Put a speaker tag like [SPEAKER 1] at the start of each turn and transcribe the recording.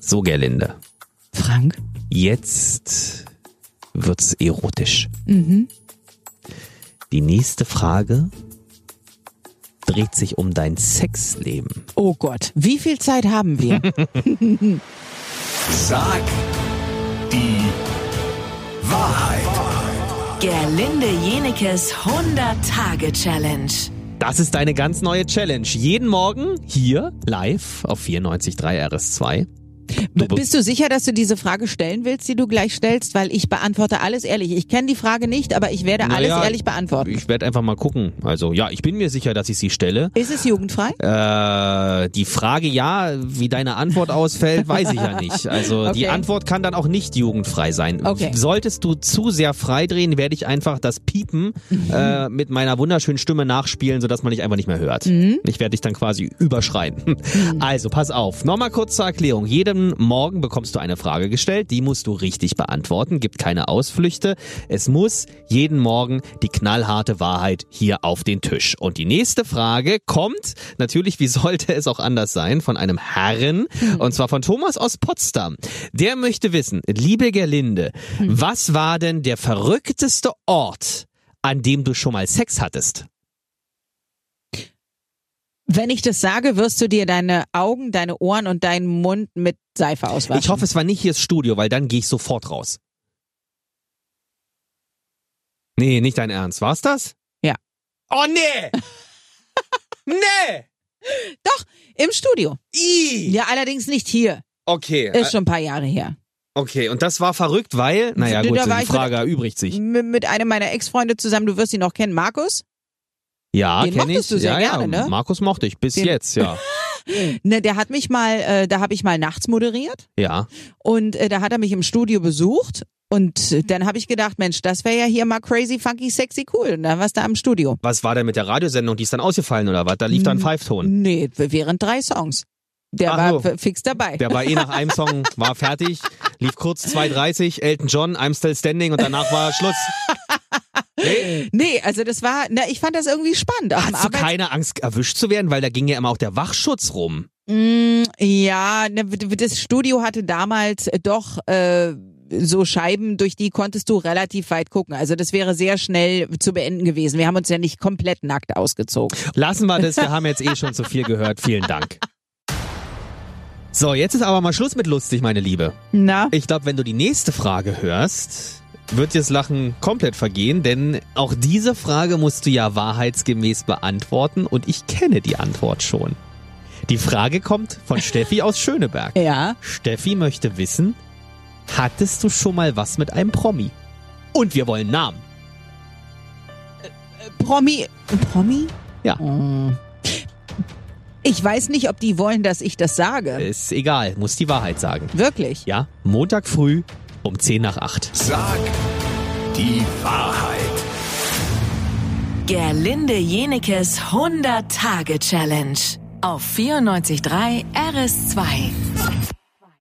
[SPEAKER 1] So, Gerlinde.
[SPEAKER 2] Frank?
[SPEAKER 1] Jetzt wird's erotisch. Die nächste Frage dreht sich um dein Sexleben.
[SPEAKER 2] Oh Gott, wie viel Zeit haben wir?
[SPEAKER 3] Sag die Wahrheit.
[SPEAKER 4] Gerlinde Jenekes 100-Tage-Challenge.
[SPEAKER 1] Das ist deine ganz neue Challenge. Jeden Morgen hier live auf 94.3 RS2.
[SPEAKER 2] B- Bist du sicher, dass du diese Frage stellen willst, die du gleich stellst? Weil ich beantworte alles ehrlich. Ich kenne die Frage nicht, aber ich werde alles
[SPEAKER 1] Naja,
[SPEAKER 2] ehrlich beantworten.
[SPEAKER 1] Ich werde einfach mal gucken. Also ja, ich bin mir sicher, dass ich sie stelle.
[SPEAKER 2] Ist es jugendfrei?
[SPEAKER 1] Äh, die Frage ja, wie deine Antwort ausfällt, weiß ich ja nicht. Also die
[SPEAKER 2] Okay.
[SPEAKER 1] Antwort kann dann auch nicht jugendfrei sein.
[SPEAKER 2] Okay.
[SPEAKER 1] Solltest du zu sehr freidrehen, werde ich einfach das Piepen
[SPEAKER 2] Mhm.
[SPEAKER 1] äh, mit meiner wunderschönen Stimme nachspielen, sodass man dich einfach nicht mehr hört.
[SPEAKER 2] Mhm.
[SPEAKER 1] Ich werde dich dann quasi überschreien. Also pass auf, nochmal kurz zur Erklärung. Jeden Morgen bekommst du eine Frage gestellt, die musst du richtig beantworten, gibt keine Ausflüchte. Es muss jeden Morgen die knallharte Wahrheit hier auf den Tisch. Und die nächste Frage kommt, natürlich, wie sollte es auch anders sein, von einem Herren, und zwar von Thomas aus Potsdam. Der möchte wissen, liebe Gerlinde, was war denn der verrückteste Ort, an dem du schon mal Sex hattest?
[SPEAKER 2] Wenn ich das sage, wirst du dir deine Augen, deine Ohren und deinen Mund mit Seife auswaschen.
[SPEAKER 1] Ich hoffe, es war nicht hier das Studio, weil dann gehe ich sofort raus. Nee, nicht dein Ernst. War's das?
[SPEAKER 2] Ja.
[SPEAKER 1] Oh nee! nee!
[SPEAKER 2] Doch, im Studio.
[SPEAKER 1] I!
[SPEAKER 2] Ja, allerdings nicht hier.
[SPEAKER 1] Okay.
[SPEAKER 2] Ist schon ein paar Jahre her.
[SPEAKER 1] äh, Okay, und das war verrückt, weil. Naja,
[SPEAKER 2] Da
[SPEAKER 1] gut,
[SPEAKER 2] war
[SPEAKER 1] die
[SPEAKER 2] ich- Hm,
[SPEAKER 1] Frage erübrigt sich.
[SPEAKER 2] M- Mit einem meiner Ex-Freunde zusammen, du wirst ihn noch kennen, Markus.
[SPEAKER 1] Ja,
[SPEAKER 2] Den
[SPEAKER 1] kenne ich.
[SPEAKER 2] mochtest du
[SPEAKER 1] ja,
[SPEAKER 2] sehr gerne,
[SPEAKER 1] ja.
[SPEAKER 2] ne?
[SPEAKER 1] Markus mochte ich. Bis
[SPEAKER 2] Den-
[SPEAKER 1] jetzt, ja.
[SPEAKER 2] Ne, der hat mich mal, äh, da habe ich mal nachts moderiert.
[SPEAKER 1] ja.
[SPEAKER 2] Und äh, da hat er mich im Studio besucht. Und
[SPEAKER 1] Mhm.
[SPEAKER 2] äh, dann habe ich gedacht, Mensch, das wäre ja hier mal crazy, funky, sexy, cool. Und dann war's da im Studio.
[SPEAKER 1] Was war denn mit der Radiosendung? Die ist dann ausgefallen oder was? Da lief
[SPEAKER 2] Hm.
[SPEAKER 1] dann Pfeifton.
[SPEAKER 2] Nee, w- während drei Songs. Der
[SPEAKER 1] Ach
[SPEAKER 2] war
[SPEAKER 1] so.
[SPEAKER 2] f- fix dabei.
[SPEAKER 1] Der war eh nach einem Song, war fertig, lief kurz 2.30, Elton John, I'm Still Standing und danach war Schluss.
[SPEAKER 2] nee, also das war, na, ich fand das irgendwie spannend. Auf dem
[SPEAKER 1] Hast du
[SPEAKER 2] Arbeits-
[SPEAKER 1] keine Angst, erwischt zu werden? Weil da ging ja immer auch der Wachschutz rum.
[SPEAKER 2] Mm, ja, ne, w- w- das Studio hatte damals äh, doch äh, so Scheiben, durch die konntest du relativ weit gucken. Also das wäre sehr schnell zu beenden gewesen. Wir haben uns ja nicht komplett nackt ausgezogen.
[SPEAKER 1] Lassen wir das, wir haben jetzt eh schon zu viel gehört. Vielen Dank. So, jetzt ist aber mal Schluss mit lustig, meine Liebe.
[SPEAKER 2] Na?
[SPEAKER 1] Ich glaube, wenn du die nächste Frage hörst, wird dir das Lachen komplett vergehen, denn auch diese Frage musst du ja wahrheitsgemäß beantworten und ich kenne die Antwort schon. Die Frage kommt von Steffi aus Schöneberg.
[SPEAKER 2] Ja.
[SPEAKER 1] Steffi möchte wissen, hattest du schon mal was mit einem Promi? Und wir wollen Namen.
[SPEAKER 2] Promi. Promi?
[SPEAKER 1] Ja.
[SPEAKER 2] Mm. Ich weiß nicht, ob die wollen, dass ich das sage.
[SPEAKER 1] Ist egal, muss die Wahrheit sagen.
[SPEAKER 2] Wirklich.
[SPEAKER 1] Ja, Montag früh um 10 nach 8.
[SPEAKER 3] Sag die Wahrheit.
[SPEAKER 4] Gerlinde Jenekes 100-Tage-Challenge. Auf 94.3 RS2.